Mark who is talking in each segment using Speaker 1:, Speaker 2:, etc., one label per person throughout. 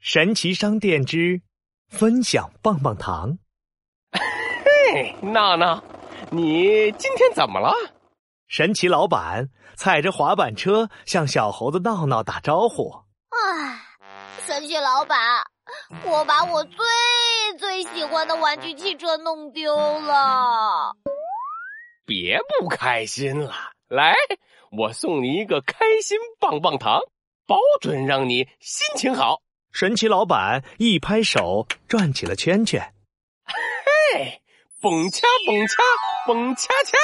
Speaker 1: 神奇商店之分享棒棒糖。
Speaker 2: 嘿， 娜娜，你今天怎么了？
Speaker 1: 神奇老板踩着滑板车向小猴子闹闹打招呼。
Speaker 3: 唉，神奇老板，我把我最最喜欢的玩具汽车弄丢了。
Speaker 2: 别不开心了，来，我送你一个开心棒棒糖，保准让你心情好。
Speaker 1: 神奇老板一拍手，转起了圈圈。
Speaker 2: 嘿，蹦恰蹦恰蹦恰恰，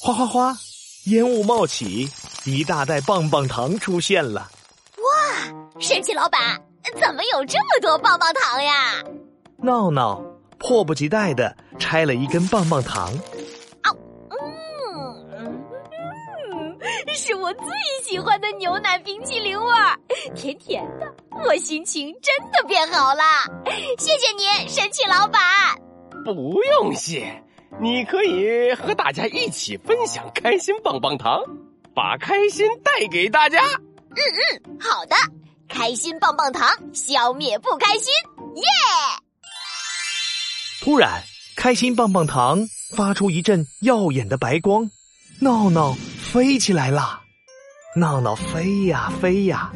Speaker 1: 哗哗哗，烟雾冒起，一大袋棒棒糖出现了。
Speaker 3: 神奇老板，怎么有这么多棒棒糖呀？
Speaker 1: 闹闹迫不及待的拆了一根棒棒糖。
Speaker 3: 嗯，嗯，是我最喜欢的牛奶冰淇淋味儿，甜甜的，我心情真的变好了。谢谢您，神奇老板。
Speaker 2: 不用谢，你可以和大家一起分享开心棒棒糖，把开心带给大家。
Speaker 3: 好的，开心棒棒糖消灭不开心，耶、
Speaker 1: 突然，开心棒棒糖发出一阵耀眼的白光，闹闹飞起来啦！闹闹飞呀飞呀，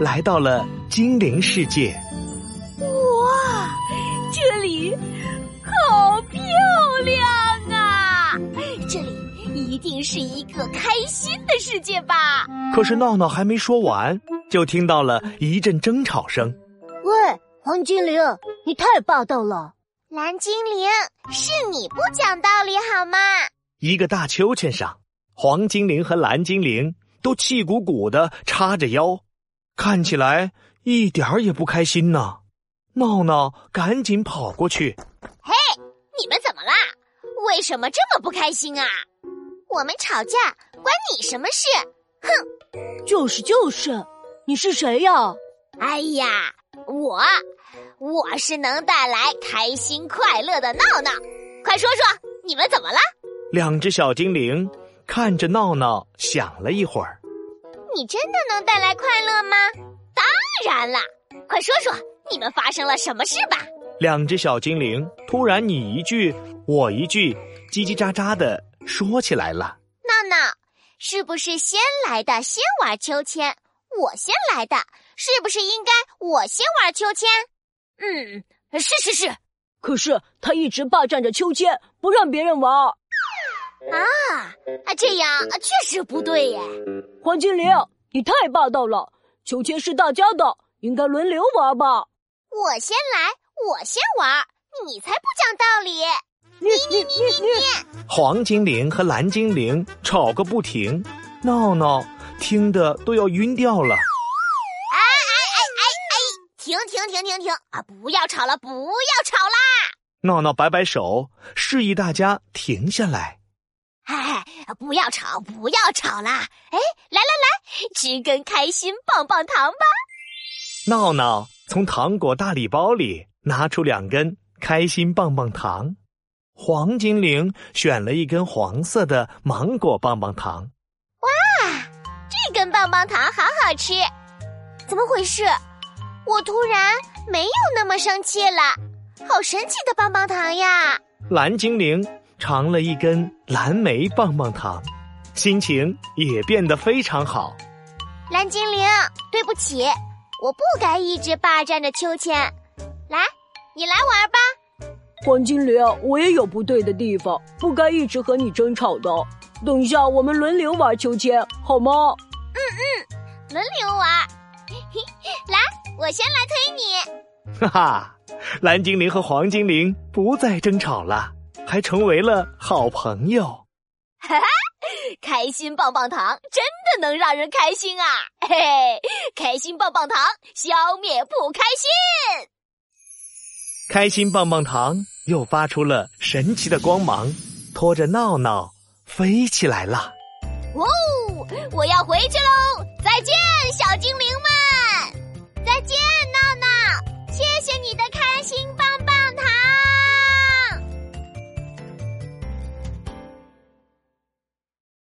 Speaker 1: 来到了精灵世界。
Speaker 3: 哇，这里好漂亮啊！这里一定是一个开心的世界吧？
Speaker 1: 可是闹闹还没说完，就听到了一阵争吵声。
Speaker 4: 喂，黄精灵，你太霸道了！
Speaker 3: 蓝精灵，是你不讲道理好吗？
Speaker 1: 一个大秋千上，黄精灵和蓝精灵都气鼓鼓的叉着腰，看起来一点儿也不开心呢。闹闹赶紧跑过去，
Speaker 3: 你们怎么啦？为什么这么不开心啊？我们吵架关你什么事？
Speaker 4: 就是就是，你是谁呀？
Speaker 3: 哎呀，我我是能带来开心快乐的闹闹，快说说你们怎么了？
Speaker 1: 两只小精灵看着闹闹想了一会儿，
Speaker 3: 你真的能带来快乐吗？当然啦，快说说你们发生了什么事吧。
Speaker 1: 两只小精灵突然你一句我一句，叽叽喳喳的说起来了。
Speaker 3: 闹闹，是不是先来的先玩秋千？我先来的，是不是应该我先玩秋千？嗯，是是是。啊
Speaker 4: 可是他一直霸占着秋千，不让别人玩儿。
Speaker 3: 啊啊，这样啊确实不对耶。
Speaker 4: 黄精灵，你太霸道了！秋千是大家的，应该轮流玩吧？
Speaker 3: 我先来，我先玩，你才不讲道 理。
Speaker 4: 你你你你，
Speaker 1: 黄精灵和蓝精灵吵个不停，闹闹听得都要晕掉了。
Speaker 3: 停停停停停啊！不要吵了，不要吵了。
Speaker 1: 闹闹摆摆手，示意大家停下来。
Speaker 3: 哎，不要吵，不要吵啦！哎，来来来，吃根开心棒棒糖吧。
Speaker 1: 闹闹从糖果大礼包里拿出两根开心棒棒糖，黄精灵选了一根黄色的芒果棒棒糖。
Speaker 3: 这根棒棒糖好好吃，怎么回事？我突然没有那么生气了，好神奇的棒棒糖呀！
Speaker 1: 蓝精灵尝了一根蓝莓棒棒糖，心情也变得非常好。
Speaker 3: 蓝精灵，对不起，我不该一直霸占着秋千。来，你来玩吧。
Speaker 4: 黄精灵，我也有不对的地方，不该一直和你争吵的。等一下，我们轮流玩秋千，好吗？
Speaker 3: 轮流玩儿。 来，我先来推你。
Speaker 1: 哈哈，蓝精灵和黄精灵不再争吵了，还成为了好朋友。
Speaker 3: 开心棒棒糖真的能让人开心啊！ 嘿嘿，开心棒棒糖消灭不开心。
Speaker 1: 开心棒棒糖又发出了神奇的光芒，拖着闹闹飞起来了。
Speaker 3: 哦，我要回去喽！再见，小精灵们！再见，闹闹！谢谢你的开心棒